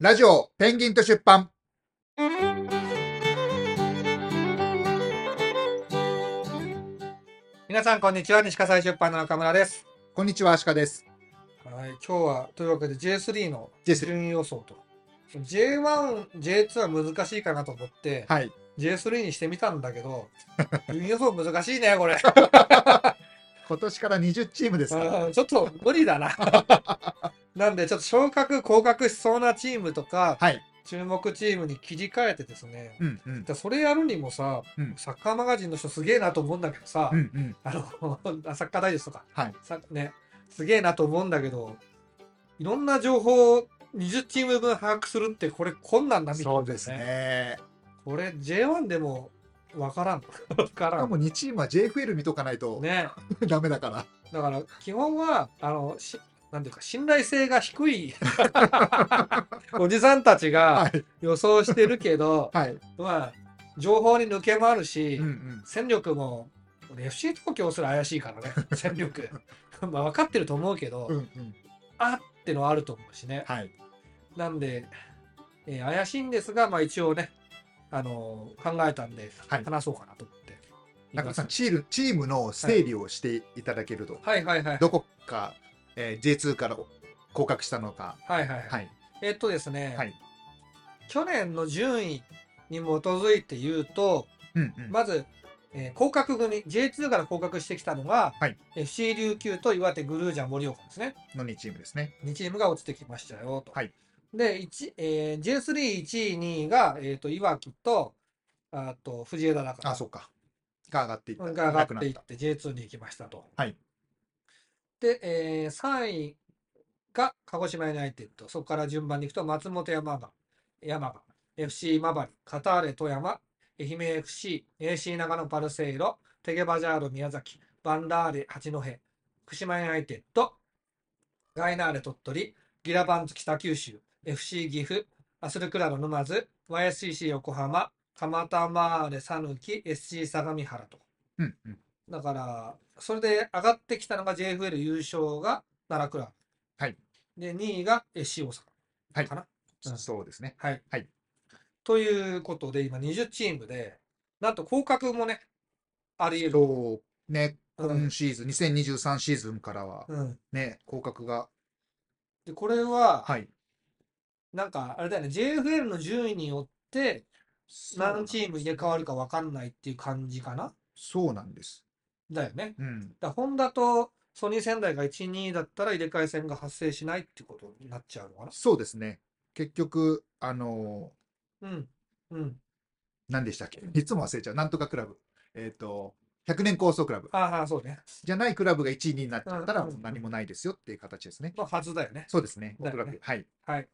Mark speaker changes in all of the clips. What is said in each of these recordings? Speaker 1: ラジオ、ペンギンと出版。
Speaker 2: 皆さんこんにちは西葛西出版の中村です
Speaker 1: こんにちは、アシカです。
Speaker 2: はい今日はというわけで J3 の
Speaker 1: J3
Speaker 2: 順位予想と J1J2 は難しいかなと思って、
Speaker 1: はい。
Speaker 2: J3 にしてみたんだけど 順位予想難しいねこ れ
Speaker 1: 今年から20チームですから。
Speaker 2: うんちょっと無理 だななんでちょっと昇格降格しそうなチームとか
Speaker 1: はい。
Speaker 2: 注目チームに切り替えてですね、
Speaker 1: うんうん。
Speaker 2: だそれやるにもさ、
Speaker 1: うん
Speaker 2: サッカーマガジンの人すげえなと思うんだけどさ、
Speaker 1: うんうん。
Speaker 2: あの あサッカーダイジェストか
Speaker 1: はい。
Speaker 2: さね、すげえなと思うんだけど、いろんな情報を20チーム分把握するって、これ困難なみたいな
Speaker 1: そうです。ね。
Speaker 2: これ J1 でもわからん。 わか
Speaker 1: し
Speaker 2: ら
Speaker 1: か
Speaker 2: ん。
Speaker 1: も2チームは JFL 見とかないと、
Speaker 2: ね。
Speaker 1: ダメだから。
Speaker 2: だから基本は、あの、しなんていうか、信頼性が低 いおじさんたち
Speaker 1: は
Speaker 2: が
Speaker 1: い。
Speaker 2: 予想してるけど、
Speaker 1: はい。
Speaker 2: まあ、情報に抜けもあるし、
Speaker 1: うんうん。
Speaker 2: 戦力も、俺 FC 東京すら怪しい からね、戦力。まあ、分かってると思うけど、
Speaker 1: うんうん。
Speaker 2: あってのはあると思うしね。
Speaker 1: はい。
Speaker 2: なんで、えー怪しいんですが、まあ、一応ね、あのー考えたんで、
Speaker 1: はい
Speaker 2: 話そうかなと思って。
Speaker 1: 中田さん、チールチームの整理をしていただけると、
Speaker 2: はいはいはい。
Speaker 1: どこか、えー J2 から降格したのか。
Speaker 2: はいはいはい。
Speaker 1: はい。
Speaker 2: えっとですね、
Speaker 1: はい。
Speaker 2: 去年の順位に基づいて言うと、
Speaker 1: うんうん。
Speaker 2: まず、えー降格組、J2 から降格してきたのが、
Speaker 1: はい
Speaker 2: FC 琉球と岩手グルージャン盛岡ですね。
Speaker 1: の2チームですね。
Speaker 2: 2チームが落ちてきましたよと。
Speaker 1: はい
Speaker 2: で、一えー J3、1位、2位が、えっと岩木と、あと藤枝だから。
Speaker 1: あ、そうか。が上がっていった。
Speaker 2: が上がってい
Speaker 1: い
Speaker 2: っ
Speaker 1: なくな
Speaker 2: て J2 に行きましたと。
Speaker 1: はい
Speaker 2: で、えー3位が鹿児島ユナイテッド、そこから順番に行くと松本山が、山が、FC マバリ、カターレ富山、愛媛 FC、AC 長野パルセイロ、テゲバジャーロ宮崎、バンダーレ八戸、福島ユナイテッド、ガイナーレ鳥取、ギラバンズ北九州、FC 岐阜、アスルクラロ沼津、YSCC 横浜、蒲田マーレ讃岐、SC 相模原と。
Speaker 1: うんうん。
Speaker 2: だから、それで上がってきたのが JFL 優勝が奈良クラブ。
Speaker 1: はい。
Speaker 2: で、2位が SC 大阪。
Speaker 1: はい
Speaker 2: かな。うん
Speaker 1: そうですね。
Speaker 2: はい。
Speaker 1: はい。
Speaker 2: ということで、今20チームで、なんと降格もね、あり得る。
Speaker 1: そうね、
Speaker 2: うん
Speaker 1: 今シーズン、2023シーズンからは
Speaker 2: うん。
Speaker 1: ね、降格が、
Speaker 2: で、これは、
Speaker 1: はい。
Speaker 2: なんか、あれだよね、JFL の順位によって、何チーム入れ替わるか分かんないっていう感じかな。
Speaker 1: そうなんです。
Speaker 2: だよね。
Speaker 1: うん。
Speaker 2: だからホンダとソニー仙台が1、2だったら入れ替え戦が発生しないってことになっちゃうのかな。
Speaker 1: そうですね。結局、あの
Speaker 2: うん。うん。
Speaker 1: ー、何でしたっけいつも忘れちゃう。なんとかクラブ。えっ、と、100年構想クラブ。
Speaker 2: ああ、そうね。
Speaker 1: じゃないクラブが1位になっちゃったら、
Speaker 2: うんうん
Speaker 1: もう何もないですよっていう形ですね。
Speaker 2: のはずだよね。
Speaker 1: そうですね。お
Speaker 2: だよ
Speaker 1: そ
Speaker 2: ね
Speaker 1: らく。はい。
Speaker 2: はい。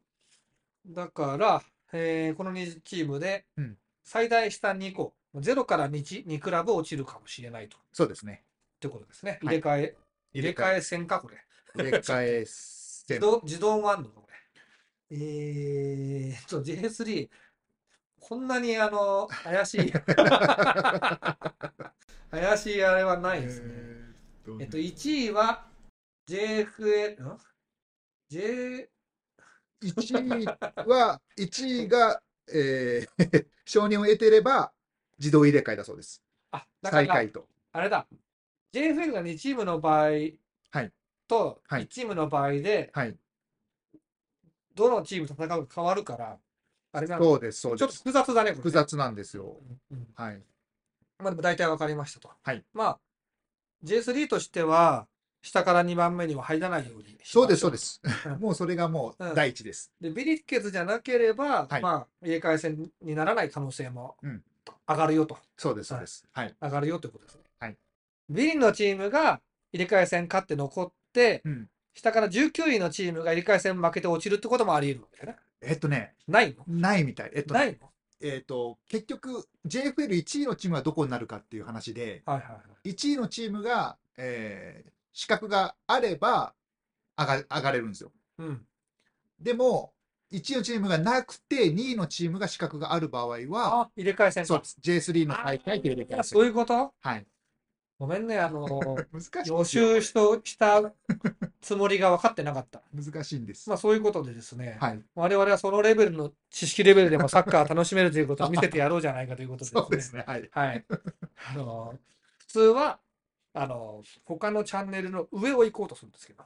Speaker 2: だから、えーこの2チームで
Speaker 1: うん、
Speaker 2: 最大下2個、0から 2, 2クラブ落ちるかもしれないと。っ
Speaker 1: そうですね。
Speaker 2: てことですね。入
Speaker 1: はい
Speaker 2: れ替え、入れ替
Speaker 1: え。
Speaker 2: え戦か、これ。
Speaker 1: 入れ替え戦
Speaker 2: 自。動、自動もあんのか、これ。えーっと、J3、こんなにあの、怪しい、怪しいあれはないですね。
Speaker 1: どう
Speaker 2: えっと、1位は JFL、ん ?J、
Speaker 1: 1位は、1位が、えー 承認を得ていれば、自動入れ替えだそうです。
Speaker 2: あ、だか
Speaker 1: 最下
Speaker 2: ら、
Speaker 1: 位と。
Speaker 2: あれだ。JFL が2チームの場合
Speaker 1: はい
Speaker 2: と、
Speaker 1: はい
Speaker 2: 1チームの場合で、
Speaker 1: はい。
Speaker 2: どのチームと戦うか変わるから、あれなんだ
Speaker 1: そうです、そう
Speaker 2: ちょっ
Speaker 1: です。
Speaker 2: と複雑だね、これね
Speaker 1: 複。雑なんですよ。
Speaker 2: うんうん
Speaker 1: はい。
Speaker 2: まあでも大体わかりましたと。
Speaker 1: はい
Speaker 2: まあ、J3 としては、下から2番目には入らないように。。
Speaker 1: そうです、そうですす
Speaker 2: う。ん
Speaker 1: もうそれがも
Speaker 2: うん
Speaker 1: う第一です。
Speaker 2: で、ビリッケツじゃなければ、
Speaker 1: はい
Speaker 2: まあ、入れ替え戦にならない可能性も
Speaker 1: うん
Speaker 2: 上がるよと。
Speaker 1: そうです、そうです。はい。
Speaker 2: 上がるよということですね。
Speaker 1: はい
Speaker 2: ビリのチームが入れ替え戦勝って残って、
Speaker 1: うん
Speaker 2: 下から19位のチームが入れ替え戦負けて落ちるってこともあり得るわけだよね。
Speaker 1: えっとね、
Speaker 2: ないの
Speaker 1: ないみたい。えっとね、
Speaker 2: ないの
Speaker 1: えっと、結局、JFL1 位のチームはどこになるかっていう話で、
Speaker 2: はいはいはい。
Speaker 1: 1位のチームが、えー資格があれば、上が上がれるんですよ。
Speaker 2: うん。
Speaker 1: でも、1位のチームがなくて、2位のチームが資格がある場合は、
Speaker 2: あ、入れ替え戦か
Speaker 1: そうです。J3 の大会という
Speaker 2: あそういうこと
Speaker 1: はい。
Speaker 2: ごめんね、あの、
Speaker 1: 難しいですよ。
Speaker 2: 予習しとしたつもりが分かってなかった。
Speaker 1: 難しいんです。
Speaker 2: まあそういうことでですね、
Speaker 1: はい。
Speaker 2: 我々はそのレベルの知識レベルでも サッカー楽しめるということを見せてやろうじゃないかということで
Speaker 1: そうですね。はい。
Speaker 2: はい。あの、普通は、あの、他のチャンネルの上を行こうとするんですけど、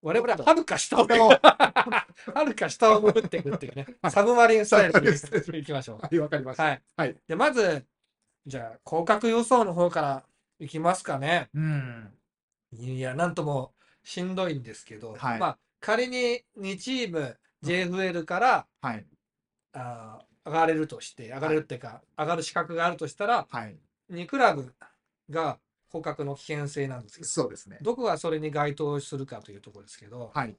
Speaker 2: 我々ははるか下を、
Speaker 1: は
Speaker 2: はるか下を潜っていくってい うね、サブマリンスタイルで
Speaker 1: サブマリンスタイル
Speaker 2: 行きましょ
Speaker 1: い、わかりまし
Speaker 2: う。
Speaker 1: た。
Speaker 2: はい。
Speaker 1: はい。
Speaker 2: で、まず、じゃあ、広角予想の方から行きますかね。
Speaker 1: うん。
Speaker 2: いや、なんともしんどいんですけど、
Speaker 1: はい
Speaker 2: まあ、仮に2チーム、
Speaker 1: うん
Speaker 2: JFL から、
Speaker 1: はい。
Speaker 2: あー上がれるとして、上がれるっていうか、上がる資格があるとしたら、
Speaker 1: はい。
Speaker 2: 2クラブが捕獲の危険性なんですけ
Speaker 1: そうですね
Speaker 2: ど、。どこがそれに該当するかというところですけど、
Speaker 1: はい。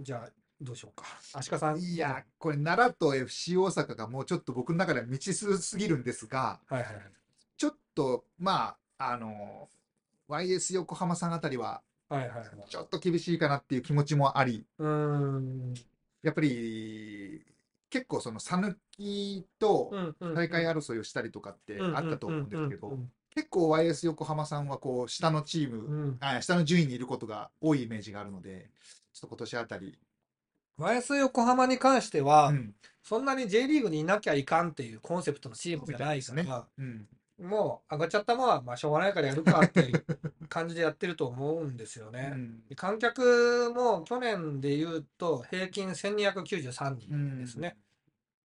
Speaker 2: じゃあ、どうしようか。足利さん。
Speaker 1: いや、これ、奈良と FC 大阪がもうちょっと僕の中では未知数すぎるんですが、
Speaker 2: はいはいはい。
Speaker 1: ちょっと、まあ、あの、YS 横浜さんあたりは、
Speaker 2: はいはいはい。
Speaker 1: ちょっと厳しいかなっていう気持ちもあり、
Speaker 2: うーん。
Speaker 1: やっぱり、結構その、さぬきと
Speaker 2: うんうん
Speaker 1: 大会争いをしたりとかってあったと思うんですけ
Speaker 2: う
Speaker 1: ど、
Speaker 2: ん
Speaker 1: 結構 YS 横浜さんは、こう、下のチーム、
Speaker 2: うんうん。
Speaker 1: あ下の順位にいることが多いイメージがあるので、ちょっと今年あたり、
Speaker 2: YS 横浜に関しては、
Speaker 1: うん
Speaker 2: そんなに J リーグにいなきゃいかんっていうコンセプトのチームじゃないから、
Speaker 1: うん
Speaker 2: もう上がっちゃったまま、まあ、しょうがないからやるかっていう感じでやってると思うんですよ
Speaker 1: う
Speaker 2: ね。
Speaker 1: ん
Speaker 2: で観客も去年で言うと平均1293人ですね、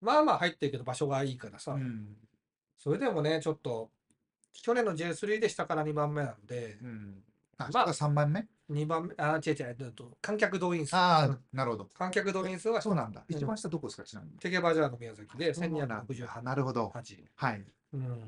Speaker 2: まあまあ入ってるけど場所がいいからさ、
Speaker 1: うん
Speaker 2: それでもねちょっと去年の J3 で下から2番目なんで
Speaker 1: うんあ、
Speaker 2: まあ
Speaker 1: まあ、3番目
Speaker 2: 2番目あ違う違うえっと観客動員数
Speaker 1: あ
Speaker 2: うん
Speaker 1: あ、なるほど。
Speaker 2: 観客動員数は
Speaker 1: そうなんだ。
Speaker 2: うん
Speaker 1: 一番下どこですか、ちなみに。
Speaker 2: テケバジャーの宮崎で
Speaker 1: そうなんだ
Speaker 2: 1268
Speaker 1: なるほど。はい。
Speaker 2: うん
Speaker 1: うん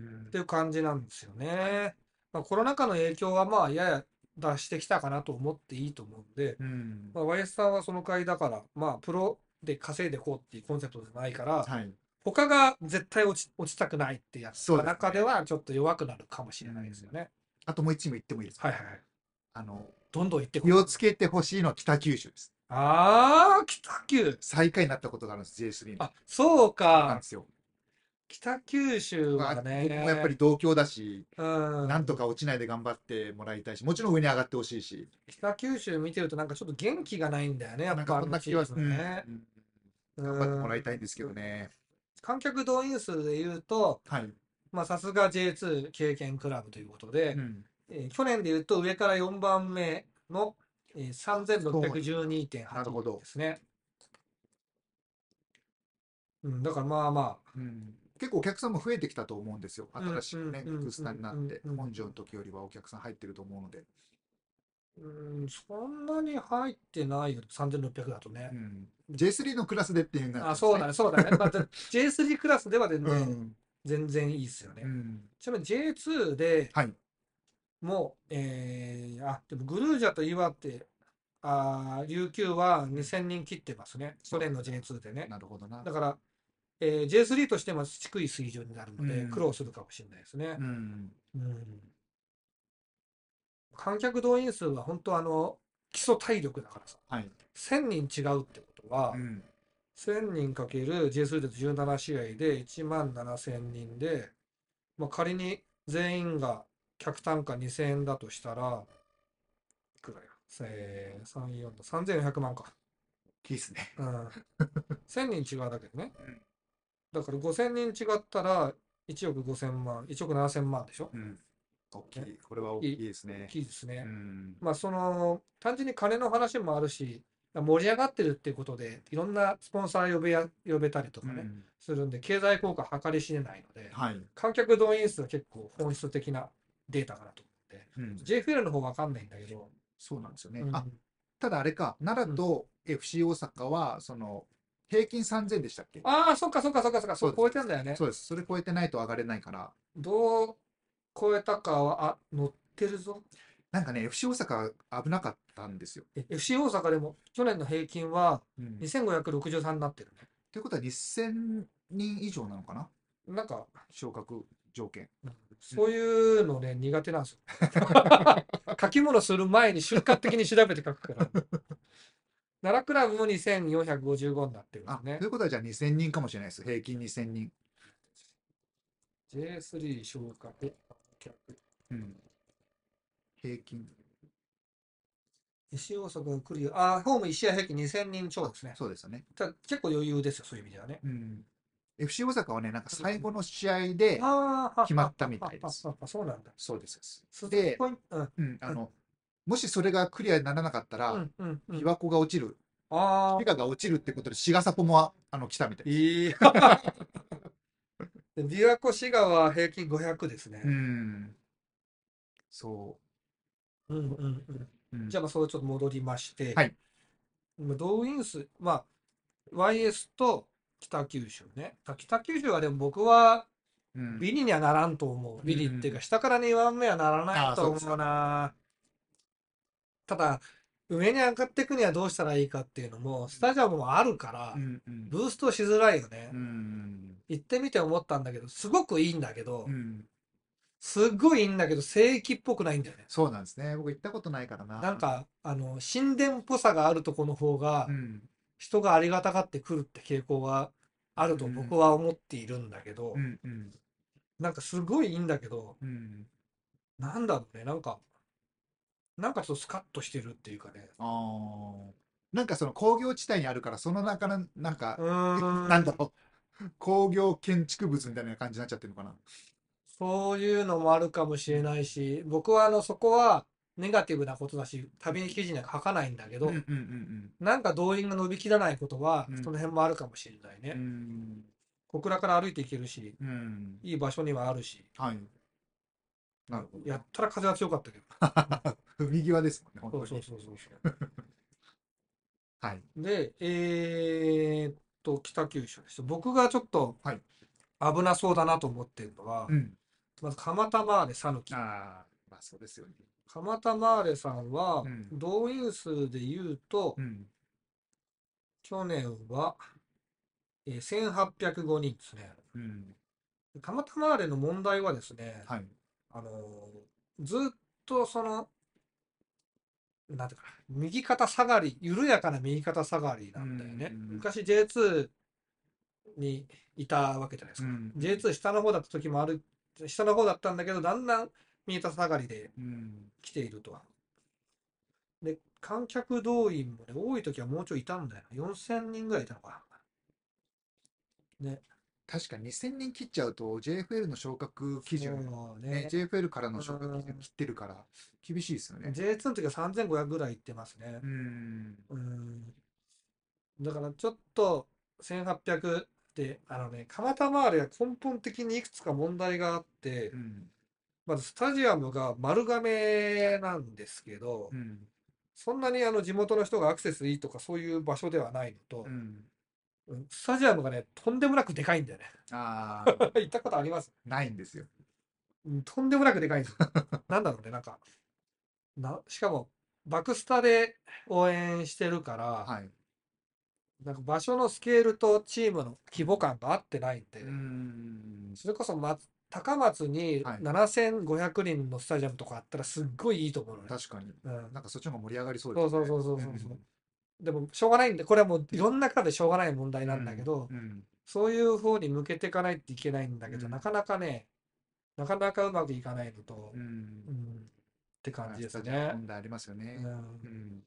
Speaker 2: っていう感じなんですよね。まあ、コロナ禍の影響はまあやや出してきたかなと思っていいと思うんで、
Speaker 1: うん
Speaker 2: まあ、YS さんはその回だから、まあ、プロで稼いでこうっていうコンセプトじゃないから、
Speaker 1: はい。
Speaker 2: 他が絶対落ち落ちたくないってやつ
Speaker 1: そう
Speaker 2: の
Speaker 1: ですね
Speaker 2: 中ではちょっと弱くなるかもしれないですよね。
Speaker 1: あともう一チーム行ってもいいですか
Speaker 2: はいはいはい。
Speaker 1: あの、
Speaker 2: どんどんいってこ
Speaker 1: 気
Speaker 2: い
Speaker 1: をつけてほしいのは北九州です。
Speaker 2: あー、北九。
Speaker 1: 最下位になったことがあるんです、J3 の。
Speaker 2: あ、そう
Speaker 1: なん
Speaker 2: か
Speaker 1: で。すよ。
Speaker 2: 北九州
Speaker 1: まあ
Speaker 2: は
Speaker 1: 僕も
Speaker 2: ね。
Speaker 1: やっぱり同郷だし、
Speaker 2: うん、
Speaker 1: なんとか落ちないで頑張ってもらいたいし、もちろん上に上がってほしいし、
Speaker 2: 北九州見てるとなんかちょっと元気がないんだよね、や
Speaker 1: な
Speaker 2: っ
Speaker 1: ん
Speaker 2: ぱ
Speaker 1: か
Speaker 2: あ
Speaker 1: こん
Speaker 2: の
Speaker 1: な
Speaker 2: チ
Speaker 1: 気は、
Speaker 2: ームね。
Speaker 1: うんうん
Speaker 2: 頑
Speaker 1: 頑張ってもらいたいんですけどね。
Speaker 2: 観客動員数で言うと、
Speaker 1: はい。
Speaker 2: まあさすが J2 経験クラブということで、
Speaker 1: うん
Speaker 2: えー去年で言うと上から4番目の、えー、
Speaker 1: なるほ
Speaker 2: 3612.8
Speaker 1: ど
Speaker 2: ですね。うん、だからまあまあ、
Speaker 1: うん結構お客さんも増えてきたと思うんですよ。
Speaker 2: うん
Speaker 1: 新しくね、
Speaker 2: うんうん
Speaker 1: グスタになって、
Speaker 2: うんうん
Speaker 1: 本庄の時よりはお客さん入ってると思うので。
Speaker 2: うん、そんなに入ってないよ、3600だとね
Speaker 1: う。ん J3 のクラスでっていうのが
Speaker 2: あ、そうだね、そう だね。まあ、J3 クラスでは全
Speaker 1: う
Speaker 2: 然、
Speaker 1: ん。
Speaker 2: 全然いいですよね。
Speaker 1: うん
Speaker 2: ちなみに J2 で
Speaker 1: はい。
Speaker 2: もう、えーあ、でもグルージャと岩手、あー琉球は2000人切ってますね。去年の J2 でね。
Speaker 1: なるほどな
Speaker 2: だ。から、えー J3 としても低い水準になるので、
Speaker 1: うん
Speaker 2: 苦労するかもしれないですね
Speaker 1: う。ん。
Speaker 2: うん観客動員数は本当あの、基礎体力だからさ。
Speaker 1: はい。
Speaker 2: 1000人違うってことは、
Speaker 1: うん。
Speaker 2: 1000人かける J3 で17試合で1万7000人で、まあ、仮に全員が客単価2000円だとしたら、いくらや、えー、3、4と3400万か。
Speaker 1: 大きいですね。
Speaker 2: うん。1000人違うだけでね
Speaker 1: うん。
Speaker 2: だから5000人違ったら1億5000万、1億7000万でしょ
Speaker 1: うん。大きい。これは大きいですね。
Speaker 2: 大きいですね。
Speaker 1: うん。
Speaker 2: まあその、単純に金の話もあるし、盛り上がってるっていうことで、いろんなスポンサー呼べや呼べたりとかね。
Speaker 1: うん
Speaker 2: するんで、経済効果計り知れないので、
Speaker 1: はい。
Speaker 2: 観客動員数は結構本質的なデータかなと思
Speaker 1: う
Speaker 2: っ
Speaker 1: ん。
Speaker 2: て、JFL の方わかんないんだけど、
Speaker 1: そうなんですよ
Speaker 2: う
Speaker 1: ね。
Speaker 2: ん
Speaker 1: あ、ただあれか、奈良と FC 大阪は、その、平均3000でしたっけ
Speaker 2: ああ、そっかそっかそっかそっか、そ
Speaker 1: そう
Speaker 2: う
Speaker 1: です
Speaker 2: 超えてんだよね。
Speaker 1: そうです。それ超えてないと上がれないから。
Speaker 2: どう超えたかは、あ、乗ってるぞ。
Speaker 1: なんかね、FC 大阪は危なかったんですよ。
Speaker 2: え FC 大阪でも去年の平均は
Speaker 1: うん
Speaker 2: 2563になってるね。
Speaker 1: ということは2000人以上なのかな
Speaker 2: なんか、
Speaker 1: 昇格条件。
Speaker 2: そういうのね、苦手なん ですよ。書き物する前に瞬間的に調べて書くから。奈良クラブも2455になってるんで
Speaker 1: あ
Speaker 2: す、ね
Speaker 1: とい。うことはじゃあ2000人かもしれないです。平均2000人。
Speaker 2: J3 昇格、
Speaker 1: うん平均。
Speaker 2: 西大阪、クリア、あー、ホーム1試合平均2000人超ですね。
Speaker 1: そうですよね。
Speaker 2: ただ結構余裕ですよ、そういう意味ではね。
Speaker 1: うん。FC 大阪はね、なんか最後の試合で
Speaker 2: ああ、
Speaker 1: 決まったみたいで
Speaker 2: あ
Speaker 1: す。
Speaker 2: あああそうなんだ。
Speaker 1: そうです。
Speaker 2: 鈴木
Speaker 1: で、
Speaker 2: ポイント、うん
Speaker 1: うん、あの、もしそれがクリアにならなかった
Speaker 2: う
Speaker 1: ら、
Speaker 2: んうんう
Speaker 1: 琵
Speaker 2: ん。
Speaker 1: 琶湖が落ちる、
Speaker 2: ああ
Speaker 1: 琵、琶が落ちるってことで、志賀サポもああの来たみたいです。
Speaker 2: いい。 琵琶湖滋賀は平均500です
Speaker 1: う
Speaker 2: ね。
Speaker 1: ん。そ
Speaker 2: うんうんうん、
Speaker 1: う。うん
Speaker 2: じゃあまあそれちょっと戻りまして、
Speaker 1: はい
Speaker 2: まあ動員数、まあ、YS と北九州ね。北九州はでも僕は
Speaker 1: うん
Speaker 2: ビリにはならんと思う。ビリっていうか、下から2番目はならないと思うな。ただ、上に上がっていくにはどうしたらいいかっていうのも、スタジアムもあるから、
Speaker 1: うんうん
Speaker 2: ブーストしづらいよね。
Speaker 1: うん
Speaker 2: 行ってみて思ったんだけど、すごくいいんだけど、
Speaker 1: うん
Speaker 2: すっごいいいんだけど、聖域っぽくないんだよね。
Speaker 1: そうなんですね。僕行ったことないからな。
Speaker 2: なん、か、あの、神殿っぽさがあるとこの方が
Speaker 1: う、ん。
Speaker 2: 人がありがたがってくるって傾向があると
Speaker 1: うん
Speaker 2: 僕は思っているんだけど
Speaker 1: う、んうん
Speaker 2: なんかすごいいいんだけど、
Speaker 1: うん。
Speaker 2: なんだろうね、なんか、なんかちょっとスカッとしてるっていうかね。
Speaker 1: あーなんかその工業地帯にあるから、その中の、なんか
Speaker 2: う、ーん。
Speaker 1: なんだろう。工業建築物みたいな感じになっちゃってるのかな。
Speaker 2: そういうのもあるかもしれないし、僕はあの、そこはネガティブなことだし、旅に記事には書かないんだけど、
Speaker 1: うんうん
Speaker 2: なんか動員が伸びきらないことは
Speaker 1: う、ん
Speaker 2: その辺もあるかもしれない
Speaker 1: うんう
Speaker 2: ね。
Speaker 1: ん。
Speaker 2: 小倉から歩いて行けるし、
Speaker 1: うん。うん。
Speaker 2: いい場所にはあるし、
Speaker 1: はい。なるほ
Speaker 2: やったら風は強かったけど。
Speaker 1: ど。 踏み際ですもんね、本当
Speaker 2: そう
Speaker 1: に。
Speaker 2: そうそうそうそう。
Speaker 1: はい。
Speaker 2: で、えーっと、北九州です。僕がちょっと
Speaker 1: はい
Speaker 2: 危なそうだなと思ってるのは、
Speaker 1: うん。
Speaker 2: まず蒲田マーレ讃岐。
Speaker 1: ああ、まあそうですよね。
Speaker 2: 蒲田マーレさんは
Speaker 1: う、ん
Speaker 2: 動員数で言うと、
Speaker 1: うん。
Speaker 2: 去年は、えー1805人ですね。
Speaker 1: うん。
Speaker 2: 蒲田マーレの問題はですね、
Speaker 1: はい。
Speaker 2: あのーずっとその、なんていうかな、右肩下がり、緩やかな右肩下がりなんだよね。
Speaker 1: うんうんうん
Speaker 2: 昔 J2 にいたわけじゃないですか。
Speaker 1: ん
Speaker 2: J2 下の方だった時もある、下の方だったんだけど、だんだん右肩下がりで
Speaker 1: うん。
Speaker 2: 来ていると。で、観客動員もね、多い時はもうちょいいたんだよな。4000人ぐらいいたのか
Speaker 1: 確か2000人切っちゃうと JFL の昇格基
Speaker 2: な。
Speaker 1: 準、
Speaker 2: もう
Speaker 1: ね
Speaker 2: ね、
Speaker 1: JFL からの昇格基準切ってるから厳しいですよね。
Speaker 2: J2 の時は3500ぐらいいってますね。
Speaker 1: うん。
Speaker 2: うんだからちょっと1800ってあのね蒲田周りは根本的にいくつか問題があって
Speaker 1: うん。
Speaker 2: まずスタジアムが丸亀なんですけど
Speaker 1: うん。
Speaker 2: そんなにあの地元の人がアクセスいいとかそういう場所ではないのと
Speaker 1: うん。
Speaker 2: うんスタジアムがねとんでもなくでかいんだよね
Speaker 1: あ あ、
Speaker 2: 行ったことあります
Speaker 1: ないんですよ。
Speaker 2: うんとんでもなくでかいんです よなんだろうねなんかなしかもバクスタで応援してるから、
Speaker 1: はい。
Speaker 2: なんか場所のスケールとチームの規模感が合ってないんで、
Speaker 1: ん。
Speaker 2: それこそ、ま、高松に
Speaker 1: はい
Speaker 2: 7500人のスタジアムとかあったらすっごいいいと思うのね。
Speaker 1: 確かに。
Speaker 2: うん、
Speaker 1: なんかそっちの方が盛り上がりそう
Speaker 2: そ
Speaker 1: で
Speaker 2: う
Speaker 1: す
Speaker 2: そ
Speaker 1: ね。
Speaker 2: うそうそう
Speaker 1: う
Speaker 2: そ
Speaker 1: ん
Speaker 2: うそう。でもしょうがないんでこれはもういろんな方でしょうがない問題なんだけど、
Speaker 1: うん。
Speaker 2: そういう方に向けていかないといけないんだけど、
Speaker 1: うん
Speaker 2: なかなかねなかなかうまくいかないのと、
Speaker 1: う
Speaker 2: うん
Speaker 1: ん。
Speaker 2: って感じで
Speaker 1: スタ
Speaker 2: す
Speaker 1: ジアム
Speaker 2: ね。
Speaker 1: 問題ありますよ
Speaker 2: う、
Speaker 1: ね。うんん。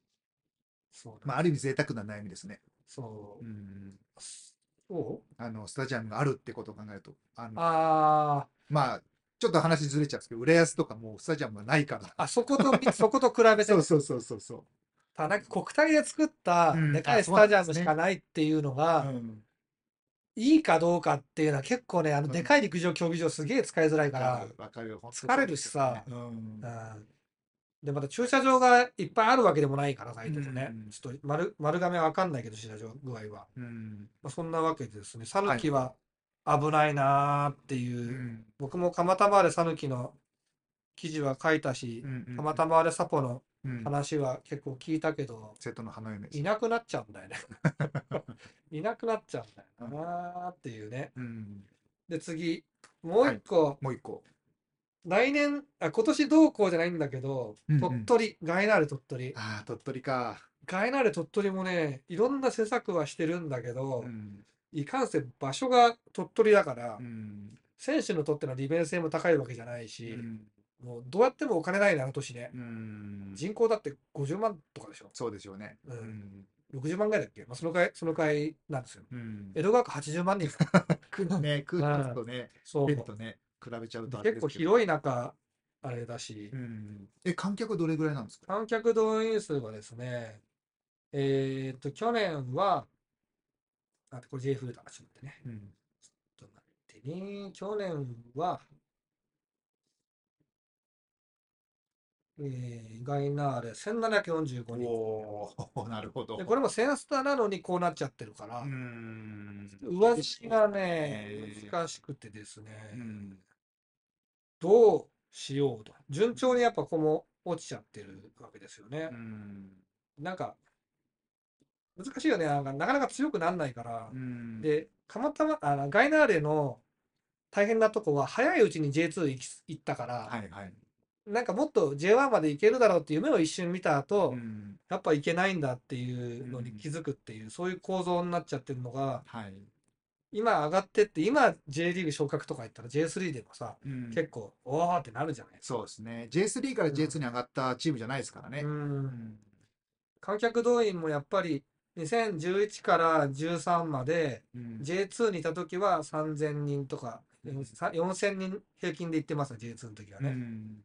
Speaker 2: そうだ、
Speaker 1: まあある意味贅沢な悩みですね。
Speaker 2: そう
Speaker 1: う。ん。
Speaker 2: そ
Speaker 1: あの、スタジアムがあるってことを考えると、あの、
Speaker 2: うあ
Speaker 1: まあ、ちょっと話ずれちゃうんですけど、浦安とかもうスタジアムがないから。
Speaker 2: あ、あそことみ、そこと比べ て
Speaker 1: そ、うそうそうそうそう。
Speaker 2: ただなんか国体で作った
Speaker 1: うん
Speaker 2: でかい
Speaker 1: あ
Speaker 2: ス
Speaker 1: そうな
Speaker 2: タ
Speaker 1: ん
Speaker 2: ジア
Speaker 1: です
Speaker 2: ム
Speaker 1: ね
Speaker 2: しかないっていうの
Speaker 1: う
Speaker 2: が、
Speaker 1: ん。
Speaker 2: いいかどうかっていうのは結構ね、あの
Speaker 1: うん
Speaker 2: でかい陸上競技場すげえ使いづらい
Speaker 1: わ
Speaker 2: か
Speaker 1: からる、わかる。本当
Speaker 2: 疲れるしさ
Speaker 1: そうですよねうん。、
Speaker 2: うんで、また駐車場がいっぱいあるわけでもないから、サイトもね
Speaker 1: うん。
Speaker 2: ちょっと丸、丸亀はわかんないけど、駐車場具合は。
Speaker 1: うん。
Speaker 2: まあ、そんなわけでですね、讃岐は危ないなーっていうう、
Speaker 1: ん。
Speaker 2: 僕も蒲田まで讃岐の記事は書いたし
Speaker 1: う、ん。
Speaker 2: 蒲田までサポの
Speaker 1: うん。
Speaker 2: 話は結構聞いたけど、
Speaker 1: 瀬戸の花嫁です
Speaker 2: いなくなっちゃうん だよね。いなくなっちゃうんだよなーっていうね。
Speaker 1: うん。
Speaker 2: で、次、もう一個、
Speaker 1: もう一個。
Speaker 2: 来年あ、今年どうこうじゃないんだけど、
Speaker 1: うんうん
Speaker 2: 鳥取、ガイナーレ鳥取。
Speaker 1: ああ、鳥取か。
Speaker 2: ガイナーレ鳥取もね、いろんな施策はしてるんだけど、
Speaker 1: うん。
Speaker 2: いかんせん場所が鳥取だから、
Speaker 1: うん。
Speaker 2: 選手にとっての利便性も高いわけじゃないし、
Speaker 1: うん
Speaker 2: もうどうやってもお金ないな、あの年ね。
Speaker 1: うん
Speaker 2: 人口だって50万とかでしょ。
Speaker 1: そうでしょうね。
Speaker 2: う、
Speaker 1: うんん。
Speaker 2: 60万ぐらいだっけ、まあ、そのくらい、そのくらいなんですよ。
Speaker 1: うん
Speaker 2: 江戸川区80万人。
Speaker 1: ね、クールとね、
Speaker 2: そう
Speaker 1: ペットね、比べちゃうとあれ
Speaker 2: 結
Speaker 1: で
Speaker 2: 構
Speaker 1: すけど。
Speaker 2: 広い中、あれだし、
Speaker 1: うん。え、観客どれぐらいなんですか
Speaker 2: 観客動員数はですね、えーっと、去年は、あ、これ J フルだ、ちょっと待ってね。
Speaker 1: うん。
Speaker 2: ちょっと待ってね。去年は、えー、ガイナーレ1745人。
Speaker 1: おお、 なるほど
Speaker 2: で、。これもセンスターなのにこうなっちゃってるから、
Speaker 1: ん
Speaker 2: 上積みがね
Speaker 1: え、ー
Speaker 2: 難しくてですね、
Speaker 1: うん。
Speaker 2: どうしようと。順調にやっぱここも落ちちゃってるわけですよね
Speaker 1: う。ん。
Speaker 2: なんか、難しいよね。なんかなかなか強くならないから。
Speaker 1: うん、
Speaker 2: で、釜玉、あのガイナーレの大変なとこは、早いうちに J2 行き行ったから、
Speaker 1: はいはい。
Speaker 2: なんかもっと J1 まで行けるだろうっていう夢を一瞬見た後、
Speaker 1: うん。
Speaker 2: やっぱ行けないんだっていうのに気づくっていう、そういう構造になっちゃってるのが、
Speaker 1: はい。
Speaker 2: 今上がってって、今 J リーグ昇格とか行ったら J3 でもさ、
Speaker 1: うん
Speaker 2: 結構、おーってなるじゃないです
Speaker 1: そうですね。J3 から J2 に上がったチームじゃないですから
Speaker 2: か。
Speaker 1: ね
Speaker 2: う。。
Speaker 1: うんん。
Speaker 2: 観客動員もやっぱり、2011から13まで、
Speaker 1: うん
Speaker 2: J2 にいた時は3000人とか
Speaker 1: うん
Speaker 2: 4000人平均で行ってますね J2 の時は
Speaker 1: う
Speaker 2: ね。
Speaker 1: ん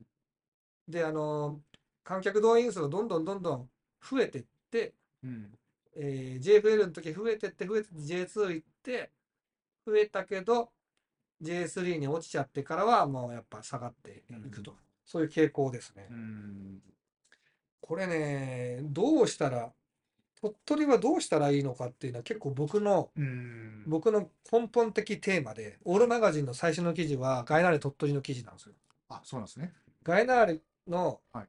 Speaker 2: であの観客動員数がどんどんどんどん増えてって、
Speaker 1: うん
Speaker 2: えー JFL の時増えてって増えてって J2 行って増えたけど J3 に落ちちゃってからはもうやっぱ下がっていくと、そういう傾向ですね。
Speaker 1: うん
Speaker 2: これねどうしたら鳥取はどうしたらいいのかっていうのは結構僕の
Speaker 1: うん
Speaker 2: 僕の根本的テーマで、オールマガジンの最初の記事は、ガイナーレ鳥取の記事なんですよ。
Speaker 1: あ、そうなんですね。
Speaker 2: ガイナーレの、
Speaker 1: はい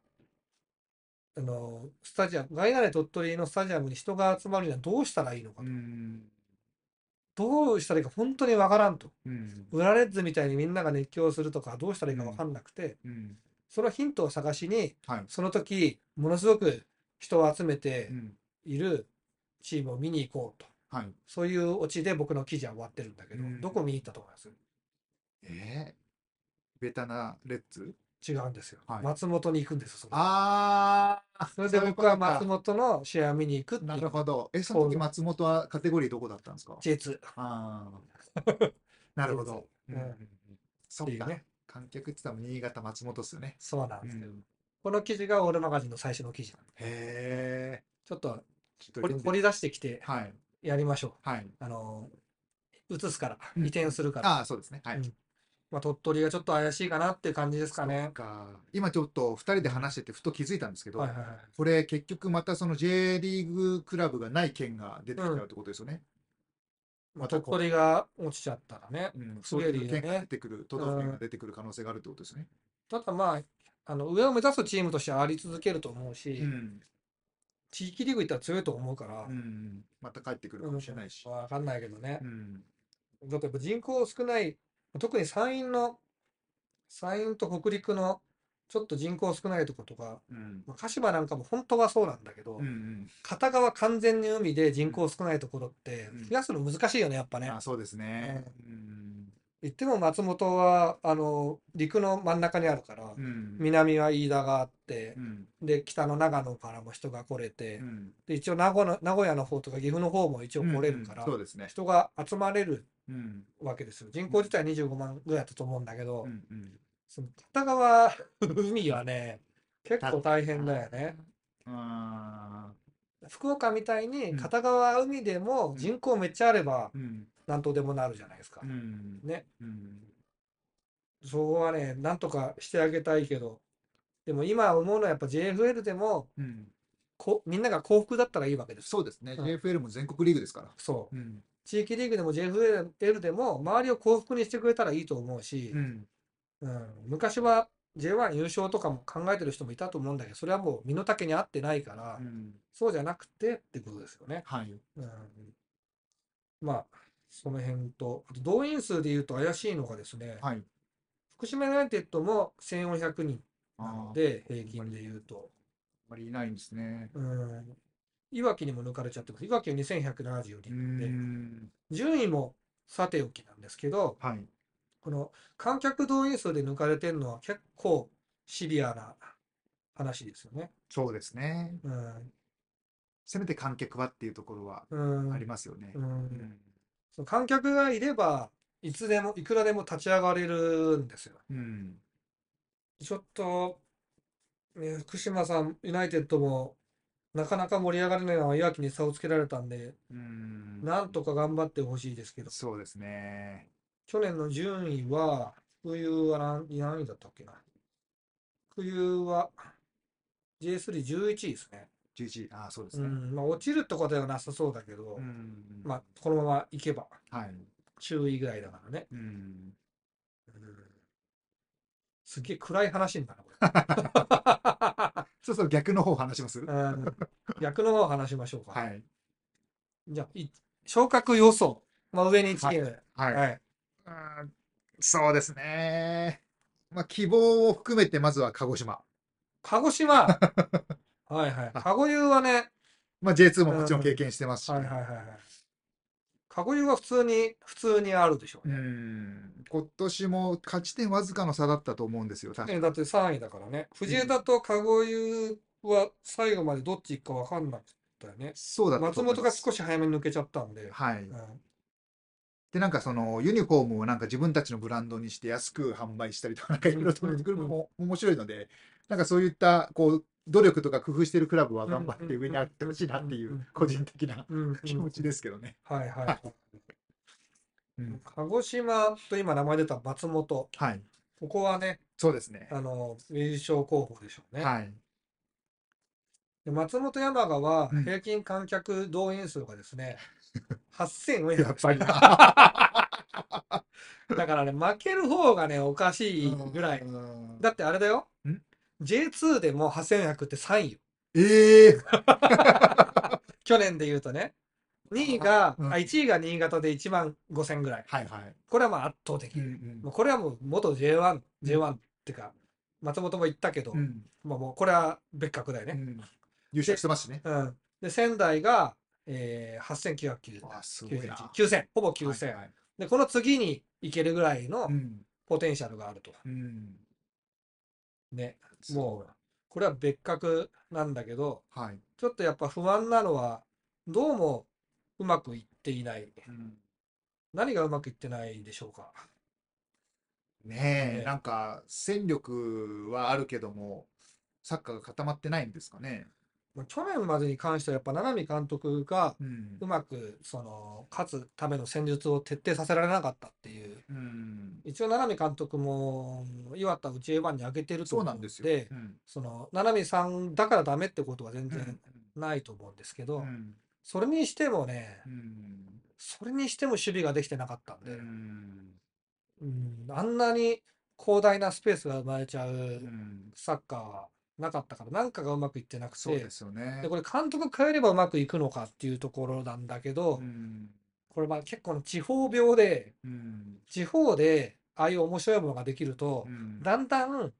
Speaker 2: あの、スタジアム、ガイナーレ鳥取のスタジアムに人が集まるにはどうしたらいいのかと。
Speaker 1: うん。
Speaker 2: どうしたらいいか本当にわからんと。
Speaker 1: うん。
Speaker 2: ウラレッズみたいにみんなが熱狂するとか、どうしたらいいかわかんなくて、
Speaker 1: うん。
Speaker 2: そのヒントを探しに、
Speaker 1: はい。
Speaker 2: その時、ものすごく人を集めて
Speaker 1: うん。
Speaker 2: いるチームを見に行こうと。
Speaker 1: はい。
Speaker 2: そういうオチで僕の記事は終わってるんだけど、
Speaker 1: うん
Speaker 2: どこ見に行ったと思います
Speaker 1: えー、ベタなレッツ
Speaker 2: 違うんですよ。
Speaker 1: はい
Speaker 2: 松本に行くんですよその
Speaker 1: ああ、
Speaker 2: それで僕は松本の試合を見に行くってい
Speaker 1: な
Speaker 2: う
Speaker 1: るほど。え、その時松本はカテゴリーどこだったんですか
Speaker 2: J2
Speaker 1: ああ。なるほど。
Speaker 2: うん
Speaker 1: そ
Speaker 2: って
Speaker 1: う
Speaker 2: いう
Speaker 1: か。
Speaker 2: ね。
Speaker 1: 観客って言ったら新潟松本っすよね。
Speaker 2: そうなんですよ、
Speaker 1: うん
Speaker 2: この記事がオールマガジンの最初の記事なんで。
Speaker 1: へえ。
Speaker 2: ちょっと
Speaker 1: ちょっと
Speaker 2: 掘
Speaker 1: 読
Speaker 2: り
Speaker 1: んで
Speaker 2: 掘り出してきて
Speaker 1: はい。
Speaker 2: やりましょ
Speaker 1: はい。
Speaker 2: う。あの、移すから、
Speaker 1: うん
Speaker 2: 移転するから。
Speaker 1: ああ、そうですね。はい。
Speaker 2: うんまあ、鳥取がちょっと怪しいかなっていう感じですかね。
Speaker 1: か今ちょっと2人で話しててふと気づいたんですけど、
Speaker 2: はいはいはい。
Speaker 1: これ結局またその J リーグクラブがない県が出てきちゃうってことですよね。
Speaker 2: まあ、
Speaker 1: ま
Speaker 2: 鳥
Speaker 1: たこう
Speaker 2: 取が落ちちゃったらね。
Speaker 1: うん
Speaker 2: そう
Speaker 1: そう
Speaker 2: いう
Speaker 1: い
Speaker 2: 理由
Speaker 1: う
Speaker 2: ね
Speaker 1: 県が出てくる、都道府県が出てくる可能性があるってことですね。
Speaker 2: ただまあ、あの上を目指すチームとしてはあり続けると思うし、
Speaker 1: うん
Speaker 2: 地域リーグ行ったら強いと思うから、
Speaker 1: うんまた帰ってくるかもしれないし。
Speaker 2: わかんないけどね。
Speaker 1: うん
Speaker 2: だってやっぱ人口少ない、特に山陰の、山陰と北陸のちょっと人口少ないとことか、
Speaker 1: うん
Speaker 2: まあ鹿島なんかも本当はそうなんだけど、
Speaker 1: うん
Speaker 2: 片側完全に海で人口少ないところって
Speaker 1: うん
Speaker 2: 増やすの難しいよね、やっぱ
Speaker 1: うん
Speaker 2: ね。
Speaker 1: あそうですね。うん
Speaker 2: 言っても松本は、あの、陸の真ん中にあるから、
Speaker 1: うん
Speaker 2: 南は飯田があって
Speaker 1: う、ん
Speaker 2: で、北の長野からも人が来れて
Speaker 1: う、ん
Speaker 2: で、一応名古屋名古屋の方とか岐阜の方も一応来れるから
Speaker 1: うん、そうですね。
Speaker 2: 人が集まれる
Speaker 1: うん
Speaker 2: わけですよ。人口自体25万ぐらいだったと思うんだけど、
Speaker 1: うんうん
Speaker 2: その片側海はね、結構大変だよね。
Speaker 1: あ
Speaker 2: 福岡みたいに
Speaker 1: うん
Speaker 2: 片側海でも人口めっちゃあれば
Speaker 1: ーうん
Speaker 2: 何とでもなるじゃないですか
Speaker 1: う。ん
Speaker 2: ね。
Speaker 1: うん
Speaker 2: そこはね、なんとかしてあげたいけど、でも今思うのはやっぱ JFL でも
Speaker 1: うん
Speaker 2: こみんなが幸福だったらいいわけです。
Speaker 1: そうですね、
Speaker 2: うん
Speaker 1: JFL も全国リーグですから。
Speaker 2: そう。
Speaker 1: うん。
Speaker 2: 地域リーグでも JFL でも周りを幸福にしてくれたらいいと思うし、
Speaker 1: うん。
Speaker 2: うん、昔は J1 優勝とかも考えてる人もいたと思うんだけど、それはもう身の丈に合ってないから、そうじゃなくてってことですよね。
Speaker 1: はい。
Speaker 2: うん、まあ、その辺と、あと動員数で言うと怪しいのがですね、
Speaker 1: はい。
Speaker 2: 福島ユナイテッドも1400人
Speaker 1: あ
Speaker 2: なの
Speaker 1: ーあん
Speaker 2: で、平均で言うと、
Speaker 1: まりいないんですね。
Speaker 2: うん、いわきにも抜かれちゃってます。いわきは
Speaker 1: う
Speaker 2: 2174
Speaker 1: ー
Speaker 2: 人なんで、
Speaker 1: ん。
Speaker 2: 順位もさておきなんですけど、
Speaker 1: はい。
Speaker 2: この観客動員数で抜かれてるのは結構シビアな話ですよね。
Speaker 1: そうですね。
Speaker 2: うん。
Speaker 1: せめて観客はっていうところは
Speaker 2: うん。
Speaker 1: ありますよね
Speaker 2: う。。
Speaker 1: うんん
Speaker 2: その観客がいれば、いつでも、いくらでも立ち上がれるんですよ。
Speaker 1: うん。
Speaker 2: ちょっと、ね、福島さん、ユナイテッドも、なかなか盛り上がれないのは岩城に差をつけられたんで、
Speaker 1: うん
Speaker 2: なんとか頑張ってほしいですけど、
Speaker 1: そうですね。
Speaker 2: 去年の順位は、福有は何何位だったっけな。福有は J311 位ですね。
Speaker 1: 11、ああ、そうです
Speaker 2: う
Speaker 1: ね。
Speaker 2: ん、まあ落ちるってことではなさそうだけど、
Speaker 1: うん
Speaker 2: まあこのまま行けば、
Speaker 1: はい。
Speaker 2: 注意ぐらいだからね。
Speaker 1: うん。
Speaker 2: うんすげえ暗い話になる、こ
Speaker 1: そうそう、逆の方話します
Speaker 2: れうん。逆の方を話しましょうか。
Speaker 1: はい。
Speaker 2: じゃあ、い昇格予想。まあ、上に1チーム。
Speaker 1: はい。
Speaker 2: はい。
Speaker 1: うんそうですね。まあ、希望を含めて、まずは鹿児島。
Speaker 2: 鹿児 島。はいはい。鹿児湯はね、
Speaker 1: まあ、J2 ももちろん経験してますし。
Speaker 2: はいはいはいはい。鹿児湯は普通に、普通にあるでしょう
Speaker 1: う
Speaker 2: ね。
Speaker 1: ん。今年も勝ち点わずかの差だったと思うんですよ、確か
Speaker 2: ねだって3位だからね。藤枝と鹿児湯は最後までどっち行くか分かんなかったよね。
Speaker 1: そうだったと
Speaker 2: 松
Speaker 1: 思い
Speaker 2: 本
Speaker 1: ま
Speaker 2: が
Speaker 1: す
Speaker 2: 少し早めに抜けちゃったんで。
Speaker 1: はい。
Speaker 2: うん
Speaker 1: で、なんかその、ユニフォームをなんか自分たちのブランドにして安く販売したりとか、なんかいろいろと
Speaker 2: うんうんうん
Speaker 1: グループも面白いので、なんかそういった、こう、努力とか工夫してるクラブは頑張って上に上がってほしいなってい
Speaker 2: うんうんうん
Speaker 1: う、個人的な
Speaker 2: うん。
Speaker 1: 気持ちですけどね。
Speaker 2: うん。はいはい。
Speaker 1: うん。
Speaker 2: 鹿児島と今名前出た松本。
Speaker 1: はい。
Speaker 2: ここはね、
Speaker 1: そうですね。
Speaker 2: あの、優勝候補でしょうね。
Speaker 1: はい。
Speaker 2: で松本山雅は
Speaker 1: うん
Speaker 2: 平均観客動員数がですね、
Speaker 1: やっ
Speaker 2: 8400
Speaker 1: ぱりな。
Speaker 2: だからね負ける方がねお かしいぐらい、
Speaker 1: うん
Speaker 2: だってあれだよ
Speaker 1: ん
Speaker 2: J2 でも8400って3位よ
Speaker 1: ええ
Speaker 2: 去年で言うとね2位が、
Speaker 1: うん
Speaker 2: あ1位が新潟で1万5000ぐらい
Speaker 1: はいはい。
Speaker 2: これはまあ圧倒的、
Speaker 1: うん
Speaker 2: もうこれはもう元 J1J1
Speaker 1: うん
Speaker 2: ってか松本も言ったけど、
Speaker 1: うんうん
Speaker 2: まあもうこれは別格だよ
Speaker 1: う
Speaker 2: ね、
Speaker 1: ん優勝してますしね。
Speaker 2: うんで仙台が、えー、8990
Speaker 1: あ、すごいな。
Speaker 2: 9000ほぼ9000、
Speaker 1: はいはい
Speaker 2: で、この次に行けるぐらいの
Speaker 1: うん
Speaker 2: ポテンシャルがあると。
Speaker 1: うん
Speaker 2: ね。
Speaker 1: すご
Speaker 2: もう、これは別格なんだけど、
Speaker 1: いはい。
Speaker 2: ちょっとやっぱ不安なのは、どうもうまくいっていない。
Speaker 1: うん
Speaker 2: 何がうまくいってないでしょうか。
Speaker 1: ね
Speaker 2: ね
Speaker 1: え、なんか戦力はあるけども、サッカーが固まってないんですかね。
Speaker 2: まあ去年までに関しては、やっぱ七海監督が
Speaker 1: うん
Speaker 2: うまく、その、勝つための戦術を徹底させられなかったっていう。
Speaker 1: うん
Speaker 2: 一応、七海監督も、岩田を J1 に上げてると
Speaker 1: そう
Speaker 2: 思う
Speaker 1: な
Speaker 2: の
Speaker 1: んですよ。
Speaker 2: で
Speaker 1: う、ん
Speaker 2: その、七海さんだからダメってことは全
Speaker 1: うん
Speaker 2: 然ないと思うんですけど、
Speaker 1: うん
Speaker 2: それにしてもね、
Speaker 1: うん
Speaker 2: それにしても守備ができてなかったん
Speaker 1: う
Speaker 2: で、
Speaker 1: ん
Speaker 2: うんあんなに広大なスペースが生まれちゃ
Speaker 1: う
Speaker 2: うんサッカーはなかったから、なんかがうまくいってなく
Speaker 1: そう
Speaker 2: て
Speaker 1: で、すよね
Speaker 2: で。これ、監督変えればうまくいくのかっていうところなんだけど
Speaker 1: う、ん
Speaker 2: これ、まあ結構地方病で、
Speaker 1: うん
Speaker 2: 地方でああいう面白いものができると
Speaker 1: う、ん
Speaker 2: だんだん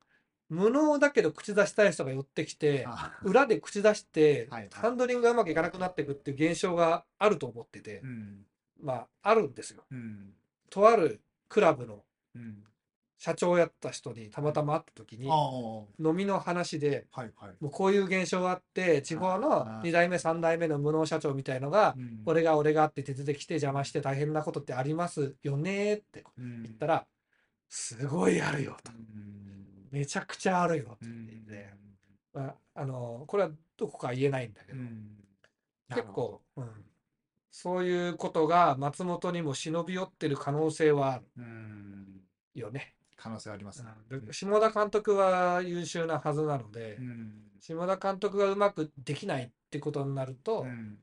Speaker 2: 無能だけど口出したい人が寄ってきて、
Speaker 1: あ
Speaker 2: 裏で口出して
Speaker 1: はいはい、
Speaker 2: ハンドリングがうまくいかなくなっていくっていう現象があると思ってて
Speaker 1: う、ん
Speaker 2: まあ、あるんですよ。
Speaker 1: うん
Speaker 2: とあるクラブの
Speaker 1: うん
Speaker 2: 社長をやった人にたまたま会った時に
Speaker 1: あ、あ
Speaker 2: 飲みの話で、
Speaker 1: はいはい。
Speaker 2: もうこういう現象があって、地方の
Speaker 1: あー
Speaker 2: 2代目、3代目の無能社長みたいのが、
Speaker 1: うん
Speaker 2: 俺が俺がって出てきて邪魔して大変なことってありますよねって
Speaker 1: うん
Speaker 2: 言ったら、すごいあるよと。
Speaker 1: うん
Speaker 2: めちゃくちゃあるよと
Speaker 1: う
Speaker 2: 言って
Speaker 1: ん
Speaker 2: て、まあ、あの、これはどこか言えないんだけ
Speaker 1: う
Speaker 2: ど、
Speaker 1: ん
Speaker 2: 結構、うん、そういうことが松本にも忍び寄ってる可能性はある
Speaker 1: うん
Speaker 2: よね。
Speaker 1: 可能性ありますね。
Speaker 2: で下田監督は優秀なはずなので、
Speaker 1: うん
Speaker 2: 下田監督がうまくできないってことになると、
Speaker 1: うん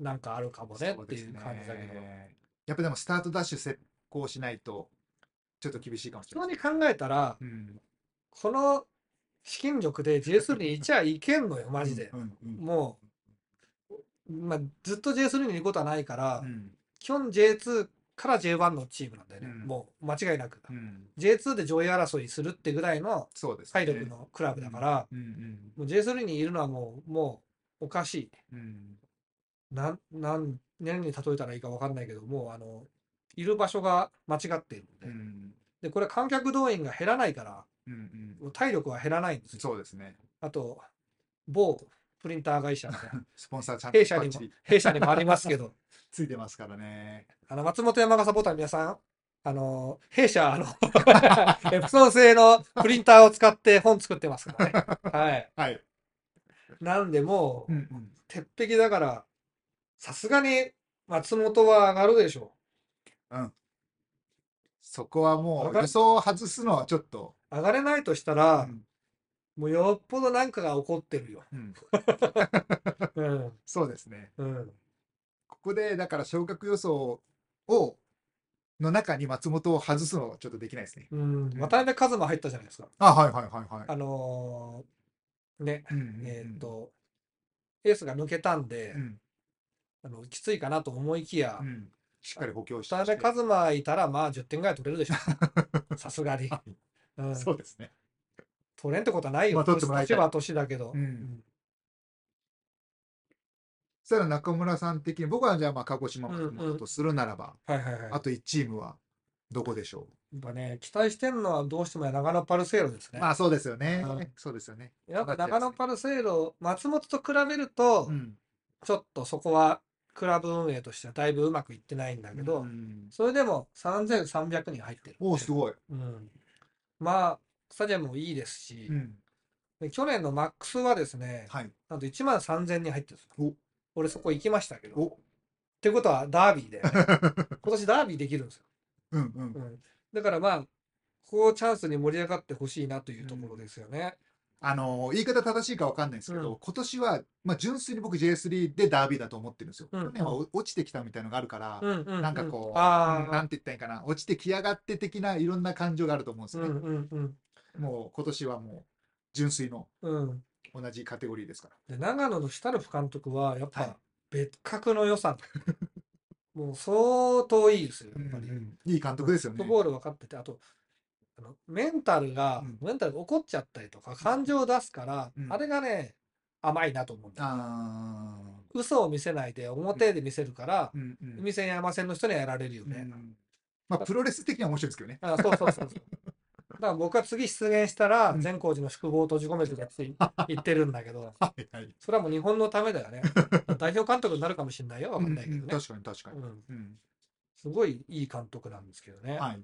Speaker 2: なんかあるかもねっていう
Speaker 1: そう
Speaker 2: 感
Speaker 1: で
Speaker 2: じ
Speaker 1: す
Speaker 2: だけど、
Speaker 1: ねやっぱでもスタートダッシュ成功しないとちょっと厳しいかもし
Speaker 2: 普
Speaker 1: れな
Speaker 2: 通
Speaker 1: い。
Speaker 2: に考えたら、
Speaker 1: うん
Speaker 2: この資金力で J3 に行っちゃいけんのよ、マジで
Speaker 1: う。んうん
Speaker 2: もう、まあ、ずっと J3 に行くことはないから、
Speaker 1: うん
Speaker 2: 基本 J2 から J1 のチームなんだよね、
Speaker 1: うん
Speaker 2: もう間違いなく。
Speaker 1: うん
Speaker 2: J2 で上位争いするってぐらいの
Speaker 1: そうですね。
Speaker 2: 体力のクラブだから、
Speaker 1: うんうん
Speaker 2: もう J3 にいるのはもう、もうおかしい。
Speaker 1: うん
Speaker 2: なん、なん、何に例えたらいいか分かんないけど、もうあの、いる場所が間違っているの
Speaker 1: う
Speaker 2: で、
Speaker 1: ん
Speaker 2: で、これ観客動員が減らないから、
Speaker 1: うんうん。
Speaker 2: もう体力は減らないんですよ。
Speaker 1: そうですね。
Speaker 2: あと、某プリンター会社みた いな、
Speaker 1: スポンサーちゃんと
Speaker 2: 弊社にも
Speaker 1: バッチリ、
Speaker 2: 弊社にもありますけど、
Speaker 1: ついてますからね。
Speaker 2: あの、松本山笠ボタン皆さん、あの、弊社、あの、 エプソン製のプリンターを使って本作ってますからね。はい。
Speaker 1: はい。
Speaker 2: なんでもう、
Speaker 1: んうん。
Speaker 2: 鉄壁だから、さすがに松本は上がるでしょ
Speaker 1: そこはも
Speaker 2: わ
Speaker 1: う
Speaker 2: か
Speaker 1: 予想を外すのはちょっと、
Speaker 2: う。上がれないとした
Speaker 1: う
Speaker 2: ら、
Speaker 1: ん
Speaker 2: もうよっぽどなんかが起こっ てるよ。
Speaker 1: うん、
Speaker 2: うん。
Speaker 1: そうですね。
Speaker 2: うん。
Speaker 1: ここでだから昇格予想をの中に松本を外すのはちょっとできないですね。
Speaker 2: うん。渡辺一馬入ったじゃないですか。
Speaker 1: あ、はいはいはいは
Speaker 2: あのーね、
Speaker 1: い。うんうんうん
Speaker 2: えっ、、と、エースが抜けたんで、
Speaker 1: うん
Speaker 2: あのきついかなと思いきや
Speaker 1: う、ん、しっかり補強して。
Speaker 2: 渡辺一馬いたら、まあ10点ぐらい取れるで しょ。さすがに。うん、
Speaker 1: そうですね。
Speaker 2: 取れんってことはないよ。
Speaker 1: まあ取ってもらいたい
Speaker 2: 年は年だけど。
Speaker 1: うんそしたら中村さん的に、僕はじゃあまあ鹿児島松本とするならば、
Speaker 2: はいはいはい。や
Speaker 1: あと1チームはどこでしょ
Speaker 2: っぱね、期待してるのはどうしても長野パルセーロです
Speaker 1: う。
Speaker 2: ね。
Speaker 1: まあそうですよね
Speaker 2: うん。
Speaker 1: そうですよね。
Speaker 2: やっぱ長野パルセーロ、松本と比べると、
Speaker 1: うん。
Speaker 2: ちょっとそこはクラブ運営としてはだいぶうまくいってないんだけど、
Speaker 1: うん
Speaker 2: それでも3300人入ってる。
Speaker 1: おお、すごい。
Speaker 2: うん、まあ、スタジアムもいいですし、
Speaker 1: うん。
Speaker 2: で去年のマックスはですね、
Speaker 1: はい。
Speaker 2: なんと1万3000人入ってるんですよ
Speaker 1: お
Speaker 2: 俺そこ行きましたけど。っ
Speaker 1: お。
Speaker 2: てことはダービーで、ね、 今年ダービーできるんですよ。
Speaker 1: うんうん
Speaker 2: う。ん、だからまあ、ここをチャンスに盛り上がってほしいなというところですよね。
Speaker 1: あのー言い方正しいかわかんないですけど、
Speaker 2: う
Speaker 1: 今年は、まあ、純粋に僕 J3 でダービーだと思ってるんですよ。
Speaker 2: うん
Speaker 1: 去年はお落ちてきたみたいのがあるから、
Speaker 2: うんうんうん
Speaker 1: なんかこう、
Speaker 2: あ
Speaker 1: うん
Speaker 2: あ
Speaker 1: なんて言ったらいいかな、落ちてきやがって的ないろんな感情があると思うんです
Speaker 2: う
Speaker 1: ね。
Speaker 2: んうんうん
Speaker 1: もう今年はもう純粋の
Speaker 2: うん。
Speaker 1: 同じカテゴリーですから。
Speaker 2: で、長野のシュタルフ監督は、やっ
Speaker 1: はい
Speaker 2: ぱ別格の良さ。 もう相当いいですよ、やっぱり。
Speaker 1: うんいい監督ですよ
Speaker 2: フッ
Speaker 1: ね
Speaker 2: ト。ボール分かってて、あと、あのメンタルが、
Speaker 1: うん
Speaker 2: メンタルが怒っちゃったりとか、感情を出すから、
Speaker 1: うん
Speaker 2: あれがね、甘いなと思うんだ。
Speaker 1: あ
Speaker 2: 嘘を見せないで、表で見せるか
Speaker 1: ー、
Speaker 2: ら
Speaker 1: うんうん
Speaker 2: 海線や山線の人にはやられるよ
Speaker 1: う
Speaker 2: ね。
Speaker 1: んまあ、プロレス的には面白いですけどね。
Speaker 2: あそうそうそうそう。だから僕は次出現したら、
Speaker 1: うん
Speaker 2: 善光寺の宿坊を閉じ込めてる って言ってるんだけど、
Speaker 1: はいはい。
Speaker 2: それはもう日本のためだよね。代表監督になるかもしれないよ、わかんないけ
Speaker 1: うん
Speaker 2: どね。
Speaker 1: 確かに確か
Speaker 2: う
Speaker 1: に。
Speaker 2: ん、
Speaker 1: うん
Speaker 2: すごいいい監督なんですけどね。
Speaker 1: はい。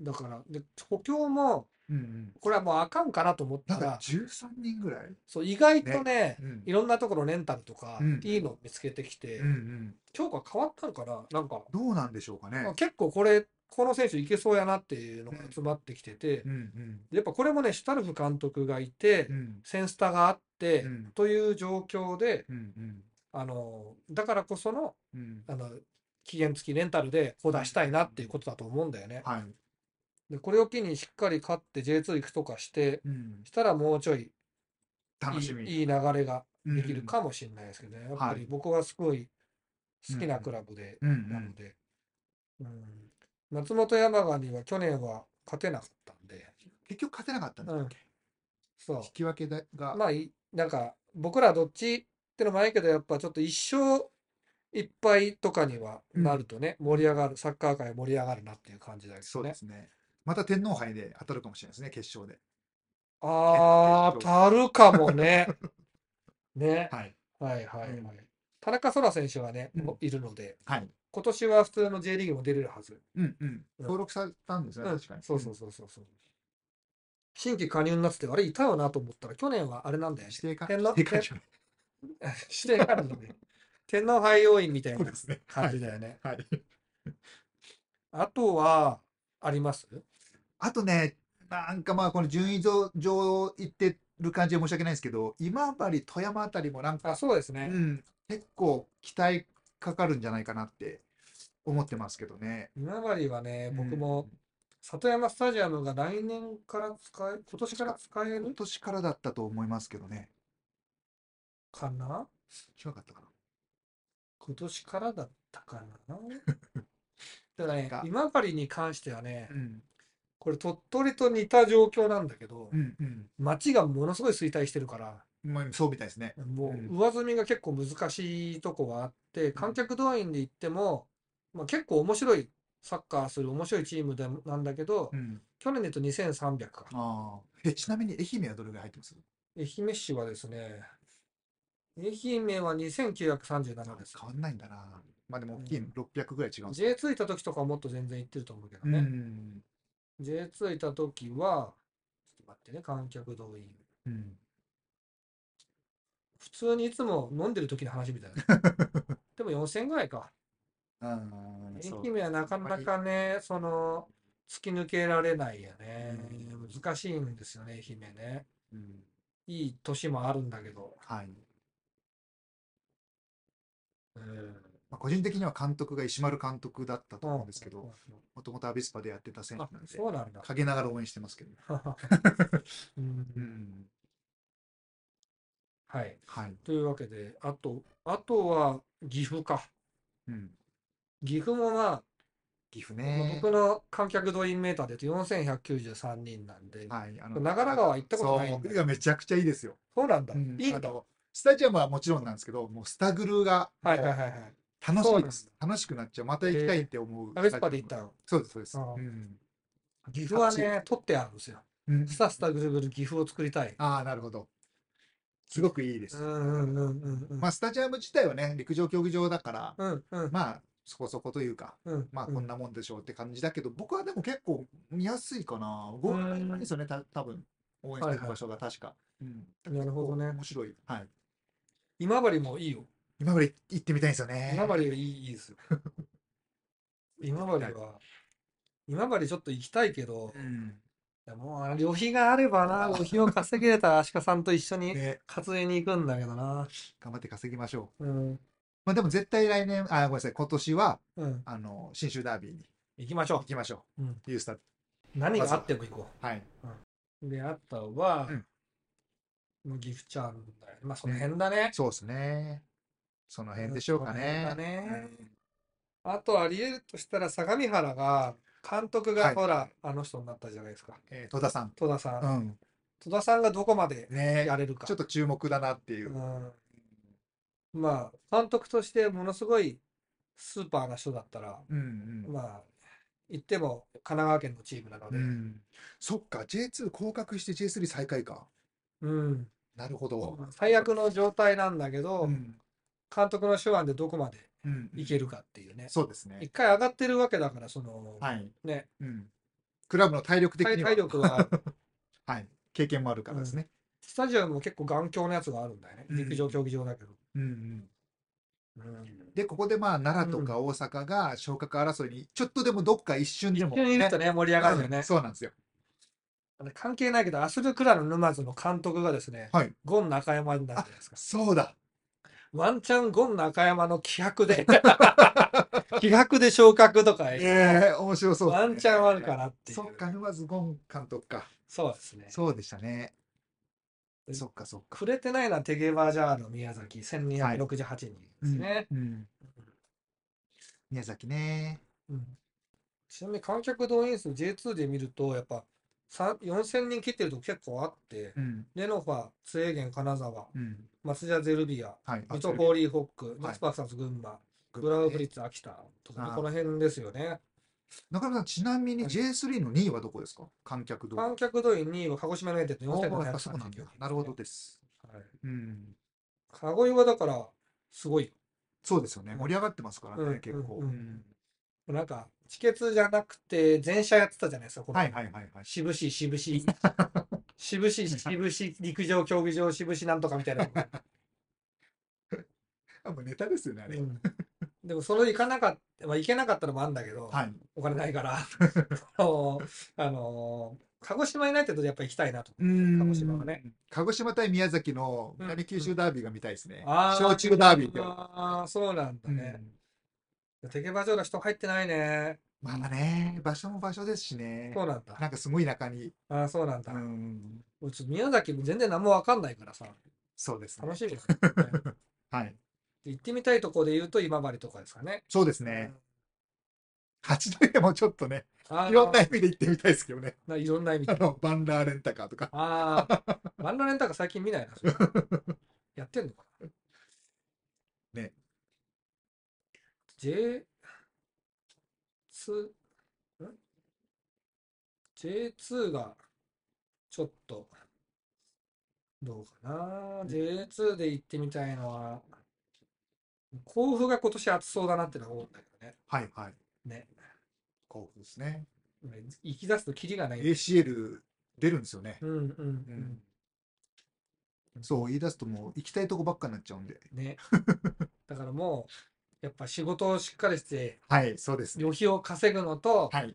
Speaker 2: だからで、補強も、
Speaker 1: うんうん
Speaker 2: これはもうあかんかなと思っ
Speaker 1: な
Speaker 2: た、
Speaker 1: んから13人ぐらい。
Speaker 2: そう意外とね
Speaker 1: うん
Speaker 2: いろんなところレンタルとか、
Speaker 1: うん
Speaker 2: いいの見つけてきて、
Speaker 1: うんうん
Speaker 2: 評価変わったのかななんか、
Speaker 1: どうなんでしょうかね。
Speaker 2: 結構これ、この選手いけそうやなっていうのが集まってきてて、
Speaker 1: うんうん
Speaker 2: やっぱこれもね、シュタルフ監督がいて、
Speaker 1: うん
Speaker 2: センスタがあって、
Speaker 1: うん
Speaker 2: という状況で、
Speaker 1: うんうん
Speaker 2: あの、だからこその、
Speaker 1: うん
Speaker 2: あの、期限付きレンタルでこう出したいなっていうことだと思うんだよね。
Speaker 1: はい。
Speaker 2: で、これを機にしっかり勝って J2 行くとかして、
Speaker 1: うん
Speaker 2: したらもうちょいいい
Speaker 1: 楽しみ。
Speaker 2: いい流れができるか
Speaker 1: も。
Speaker 2: もしれないですけどね。やっ
Speaker 1: ん
Speaker 2: ぱ
Speaker 1: は
Speaker 2: り
Speaker 1: い
Speaker 2: 僕はすごい好きなクラブで、
Speaker 1: うんう
Speaker 2: なの
Speaker 1: ん。
Speaker 2: で、うん、松本山雅には去年は勝てなかったんで、
Speaker 1: 結局勝てなかったんだ
Speaker 2: う
Speaker 1: っ
Speaker 2: ん
Speaker 1: け。
Speaker 2: そう
Speaker 1: 引。き分けだが。
Speaker 2: まあいい、なんか、僕らどっちってのもないけど、やっぱちょっと一勝一敗とかにはなるとね、盛り上がる、サッカー界盛り上がるなっていう感じだけ
Speaker 1: そう
Speaker 2: ど
Speaker 1: で
Speaker 2: ね。
Speaker 1: すね。また天皇杯で当たるかもしれないですね、決勝で。
Speaker 2: あー、たるか もね。ね。
Speaker 1: はい。
Speaker 2: はいはいはい。
Speaker 1: うん
Speaker 2: 田中空選手がね、
Speaker 1: うん
Speaker 2: もいるので、
Speaker 1: はい。
Speaker 2: 今年は普通の J リーグも出れるはず。
Speaker 1: うんうん。登録されたんですね、
Speaker 2: うん
Speaker 1: 確かに。
Speaker 2: そうそうそうそうそう。新規加入になってて、あれ、いたよなと思ったら、去年はあれなんだよ ね。
Speaker 1: 指定か。
Speaker 2: 天皇
Speaker 1: 指定かじゃない。
Speaker 2: 指定からのね、天皇杯要員みたい
Speaker 1: そう
Speaker 2: な
Speaker 1: ですね。は
Speaker 2: 感
Speaker 1: い
Speaker 2: じ。だよね。
Speaker 1: はい。
Speaker 2: あとは、あります
Speaker 1: あとね、なんかまあ、この順位上上行ってる感じで申し訳ないんですけど、今治、富山あたりもなんか、
Speaker 2: あ、そうです
Speaker 1: う
Speaker 2: ね。
Speaker 1: ん、結構期待かかるんじゃないかなって思ってますけどね。
Speaker 2: 今治はね、
Speaker 1: うん
Speaker 2: 僕も、里山スタジアムが来年から使え、今年から使え
Speaker 1: 今
Speaker 2: る
Speaker 1: 年からだったと思いますけどね。
Speaker 2: かな
Speaker 1: 違かったかな。
Speaker 2: 今年からだったか なただね
Speaker 1: なんか、
Speaker 2: 今治に関してはね、
Speaker 1: うん。
Speaker 2: これ鳥取と似た状況なんだけど
Speaker 1: う、んうん。
Speaker 2: 町がものすごい衰退してるから、
Speaker 1: まあ、そうみたいですね。
Speaker 2: も
Speaker 1: うん
Speaker 2: う上積みが結構難しいとこはあって、観客動員で行っても、まあ、結構面白いサッカーする面白いチームでもなんだけど、
Speaker 1: うん。
Speaker 2: 去年で言うと2300か。
Speaker 1: ああ。え、ちなみに愛媛はどれぐらい入ってます
Speaker 2: 愛媛市はですね、愛媛は2937です。
Speaker 1: 変わんないんだな。まあでも、
Speaker 2: う
Speaker 1: 大
Speaker 2: ん
Speaker 1: きいの600ぐらい違うんです
Speaker 2: J2 いた時とかはもっと全然行ってると思うけど
Speaker 1: ね。
Speaker 2: ね。
Speaker 1: ん。
Speaker 2: J2 いた時は、ちょっと待ってね、観客動員。
Speaker 1: うん。
Speaker 2: 普通にいつも飲んでる時の話みたいな。 でも4000ぐらいか。
Speaker 1: ああ、
Speaker 2: 愛
Speaker 1: そう。
Speaker 2: 媛はなかなかね、その、突き抜けられないよね
Speaker 1: うん。
Speaker 2: 難しいんですよね、愛媛ね。
Speaker 1: うん。
Speaker 2: いい年もあるんだけど。
Speaker 1: はい。
Speaker 2: うん。
Speaker 1: まあ、個人的には監督が石丸監督だったと思うんですけど、もともとアビスパでやってた選手
Speaker 2: あ
Speaker 1: なん、で、
Speaker 2: そうなんだ。
Speaker 1: 陰ながら応援してますけど。
Speaker 2: うん
Speaker 1: うん。
Speaker 2: はい。
Speaker 1: はい。
Speaker 2: というわけで、あと、あとは岐阜か。
Speaker 1: うん。
Speaker 2: 岐阜もまあ、
Speaker 1: 岐阜ね。
Speaker 2: 僕の観客動員メーターで言うと4193人なんで、
Speaker 1: はい。あ
Speaker 2: 長良川行ったことないん
Speaker 1: そう。
Speaker 2: だ
Speaker 1: いや、めちゃくちゃいいですよ。
Speaker 2: そうなんだ。い
Speaker 1: うん
Speaker 2: いん
Speaker 1: あ
Speaker 2: だ。
Speaker 1: のスタジアムはもちろんなんですけど、もうスタグルが
Speaker 2: はいはいはいはい。
Speaker 1: 楽し
Speaker 2: そ
Speaker 1: い
Speaker 2: うなん
Speaker 1: で
Speaker 2: ですす。
Speaker 1: 楽しくなっちゃう。また行きたいって思う。
Speaker 2: アベスパで行ったの。
Speaker 1: そうです、そうです。
Speaker 2: ああ
Speaker 1: うん
Speaker 2: 岐阜はね、取ってあるんですよ。
Speaker 1: うん
Speaker 2: スタスタぐるぐる岐阜を作りたい。
Speaker 1: ああ、なるほど。すごくいいで
Speaker 2: う
Speaker 1: す。
Speaker 2: んうんうんうんうん。
Speaker 1: まあ、スタジアム自体はね、陸上競技場だから、
Speaker 2: うんうん
Speaker 1: まあ、そこそこというか、
Speaker 2: うん。
Speaker 1: まあ、こん
Speaker 2: な。
Speaker 1: なもんでしょうって感じだけど、僕はでも結構見やすいかな。ゴールないですよね、た多分応援してる場所が確か。うん
Speaker 2: なるほどね
Speaker 1: 面白い。はい。
Speaker 2: 今治もいいよ。
Speaker 1: 今まで行ってみたいんですよね。
Speaker 2: 今治はいいいい ですよ。今治は、今治ちょっと行きたいけど、
Speaker 1: うん。
Speaker 2: いやもうあの旅費があればな、旅費を稼げれたら足利さんと一緒に
Speaker 1: ね、
Speaker 2: 担いに行くんだけどな。
Speaker 1: 頑張って稼ぎましょう。
Speaker 2: うん。
Speaker 1: まあでも絶対来年、あ、ごめんなさい、今年は、
Speaker 2: うん。
Speaker 1: あの、新州ダービーに
Speaker 2: 行きましょ
Speaker 1: 行きましょ
Speaker 2: う。うん。
Speaker 1: う。ユースター。
Speaker 2: 何があっても行こ
Speaker 1: はい。
Speaker 2: う。で、あとは
Speaker 1: うん、
Speaker 2: もうギフちゃんだよね。まあ、その辺だね。
Speaker 1: そうですね。その辺でしょうかね。
Speaker 2: その辺だねあと、あり得るとしたら、相模原が、監督
Speaker 1: は
Speaker 2: が
Speaker 1: い
Speaker 2: ほら、あの人になったじゃないですか。
Speaker 1: えー戸田さん。
Speaker 2: 戸田さ。
Speaker 1: うんん。
Speaker 2: 戸田さんがどこまで
Speaker 1: ね
Speaker 2: やれるか。
Speaker 1: ちょっと注目だなっていうう。
Speaker 2: んまあ、監督としてものすごいスーパーな人だったら、
Speaker 1: うんうん。
Speaker 2: まあ、言っても神奈川県のチームなので、
Speaker 1: うんそっか、J2 降格して J3 再開か。
Speaker 2: うん
Speaker 1: なるほど。
Speaker 2: 最悪の状態なんだけど、
Speaker 1: うん。
Speaker 2: 監督の手腕でどこまで
Speaker 1: うん
Speaker 2: いけるかっていうね。
Speaker 1: そうです
Speaker 2: 一
Speaker 1: ね。
Speaker 2: 回上がってるわけだから、その、
Speaker 1: はい。
Speaker 2: ね、
Speaker 1: うん。クラブの体力的
Speaker 2: 体
Speaker 1: には
Speaker 2: 体、力は、
Speaker 1: はい。経験もあるからですね。
Speaker 2: スタジアムも結構頑強なやつがあるんだよね。
Speaker 1: うん
Speaker 2: 陸上競技場だけど。
Speaker 1: うんうん。
Speaker 2: うん
Speaker 1: で、ここでまあ、奈良とか大阪が昇格争いに、ちょっとでもどっか一瞬でも、
Speaker 2: 急にいるとね、盛り上がるよね
Speaker 1: うん。そうなんですよ。
Speaker 2: 関係ないけど、アスルクラの沼津の監督がですね、
Speaker 1: はい
Speaker 2: ゴン中山になるじゃないですか。
Speaker 1: そうだ。
Speaker 2: ワンチャンゴン中山の気迫 で、気迫で昇格とか、
Speaker 1: ええ面白そうですね、
Speaker 2: ワンチャンあるかなっていう。
Speaker 1: そっか、沼津ゴン監督か。
Speaker 2: そうですね。
Speaker 1: そうでしたね。
Speaker 2: うん
Speaker 1: そっか、そっか。
Speaker 2: 触れてないな、テゲバージャーの宮崎、1268人ですね。
Speaker 1: うん。宮崎ね。
Speaker 2: うんちなみに観客動員数 J2 で見ると、やっぱさ4000人切ってると結構あって、
Speaker 1: うん。
Speaker 2: レノファ、ツエーゲン、金沢、
Speaker 1: うん。
Speaker 2: 松田ゼルビア、
Speaker 1: はい。
Speaker 2: 水戸ホーリーホック、
Speaker 1: はい
Speaker 2: ナスパークサーズ群馬、
Speaker 1: グ
Speaker 2: ブラウブリッツ秋田とかね
Speaker 1: あー
Speaker 2: この辺ですよね。
Speaker 1: 中村さん、ちなみに
Speaker 2: はい
Speaker 1: J3 の2位はどこですか観客動員。
Speaker 2: 観客動員2位は鹿児島のエンテッド
Speaker 1: おーやっぱそうなん
Speaker 2: 4539
Speaker 1: だ
Speaker 2: 人。
Speaker 1: なるほどです。
Speaker 2: はい。
Speaker 1: うん。
Speaker 2: 籠はだから、すごい。
Speaker 1: そうですよね。
Speaker 2: うん
Speaker 1: 盛り上がってますからね、
Speaker 2: うん
Speaker 1: 結構。
Speaker 2: うんなんか、チケツじゃなくて、全社やってたじゃないですか、この。
Speaker 1: はいはいはいはい。
Speaker 2: 渋しい渋しい。渋 しい渋しい陸上競技場渋しなんとかみたいな。
Speaker 1: あもうネタですよね、あれ。
Speaker 2: うんでも、それ行かなかった、まあ、行けなかったのもあるんだけど、
Speaker 1: はい。
Speaker 2: お金な いから。あのあの鹿児島にないってとやっぱ行きたいなと。
Speaker 1: うん
Speaker 2: 鹿児島はね。
Speaker 1: 鹿児島対宮崎の南九州ダービーが見たいですね。
Speaker 2: あー
Speaker 1: 小中ダービーって。
Speaker 2: ああ、そうなんだね。テケバジョーラ人入ってないね。
Speaker 1: まあね、場所も場所ですしね。
Speaker 2: そうなんだ。
Speaker 1: なんかすごい中に。
Speaker 2: ああ、そうなんだ
Speaker 1: う。ん。
Speaker 2: うち宮崎も全然何もわかんないからさ、
Speaker 1: そうですね
Speaker 2: 楽。しみだね。
Speaker 1: はい。
Speaker 2: 行ってみたいとこで言うと今治とかですかね。
Speaker 1: そうですね。八戸でもちょっとね、
Speaker 2: うん。あー
Speaker 1: いろんな意味で行ってみたいですけどね。
Speaker 2: ないろんな意味
Speaker 1: あ
Speaker 2: で。
Speaker 1: の、バンラーレンタカーとか。
Speaker 2: ああ、バンドレンタカー最近見ないな。それやってんのかな
Speaker 1: ね。
Speaker 2: J、 J2、ん J2 がちょっと、どうかな。J2 で行ってみたいのは、甲府が今年暑そうだなってのは思うんだけどね。
Speaker 1: はいはい。
Speaker 2: ね。
Speaker 1: 甲府ですね。
Speaker 2: 行き出すとキリがない。
Speaker 1: ACL 出るんですよね
Speaker 2: う。んうんう。
Speaker 1: うんそう言い出すともう行きたいとこばっかになっちゃうんで。
Speaker 2: ね。だからもう、やっぱ仕事をしっかりして、
Speaker 1: はい、そうですね。
Speaker 2: 旅費を稼ぐのと、
Speaker 1: はい。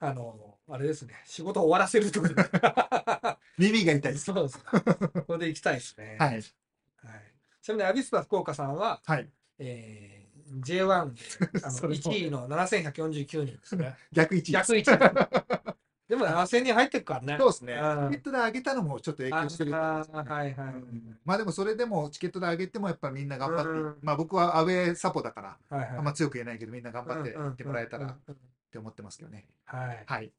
Speaker 2: あの、あれですね、仕事を終わらせるとか。
Speaker 1: 耳が痛いです。
Speaker 2: そう です。これで行きたいですね。はい。
Speaker 1: はい。
Speaker 2: ちなみに、アビスパ福岡さんは、
Speaker 1: はい。
Speaker 2: えー、J1 で あ
Speaker 1: そ
Speaker 2: の
Speaker 1: れも
Speaker 2: 1位の7149人ですね。
Speaker 1: 逆 一位です。
Speaker 2: 逆1位。でも7000人入ってるからね。
Speaker 1: そうですね。チケ
Speaker 2: うん
Speaker 1: ットで上げたのもちょっと影
Speaker 2: あ
Speaker 1: 響してる。
Speaker 2: あはいはい。
Speaker 1: うんまあでもそれでもチケットで上げてもやっぱみんな頑張って、
Speaker 2: うん
Speaker 1: まあ僕はアウェーサポだから、
Speaker 2: はいはい
Speaker 1: あんま強く言えないけどみんな頑張って
Speaker 2: うんうん
Speaker 1: 行ってもらえたらっ
Speaker 2: うんうん
Speaker 1: て思ってますけどね。
Speaker 2: はい。
Speaker 1: はい。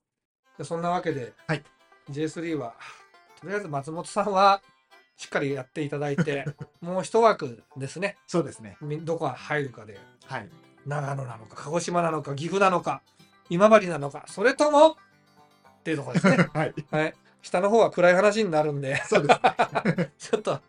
Speaker 2: でそんなわけで、
Speaker 1: はい
Speaker 2: J3 は、とりあえず松本さんは、しっかりやっていただい て、もう一枠ですね。
Speaker 1: そうですね。
Speaker 2: みどこが入るかで、
Speaker 1: はい。。
Speaker 2: 長野なのか、鹿児島なのか、岐阜なのか、今治なのか、それとも、っていうところですね
Speaker 1: はい。
Speaker 2: はい。下の方は暗い話になるんで、
Speaker 1: そうですね。
Speaker 2: ちょっと、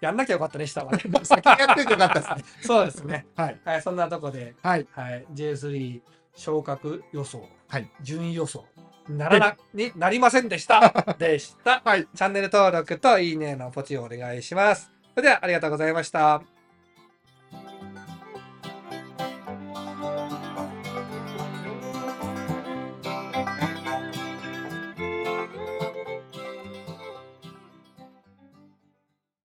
Speaker 2: やんなきゃよかったね、下は ね。
Speaker 1: 先にやっててよかったですね。
Speaker 2: そうですね。
Speaker 1: はい。
Speaker 2: はい、そんなとこで、
Speaker 1: はい。
Speaker 2: はい、J3 昇格予想、
Speaker 1: はい
Speaker 2: 順位予想ならなになりません でした。でした。
Speaker 1: はい
Speaker 2: チャンネル登録といいねのポチをお願いします。それではありがとうございました。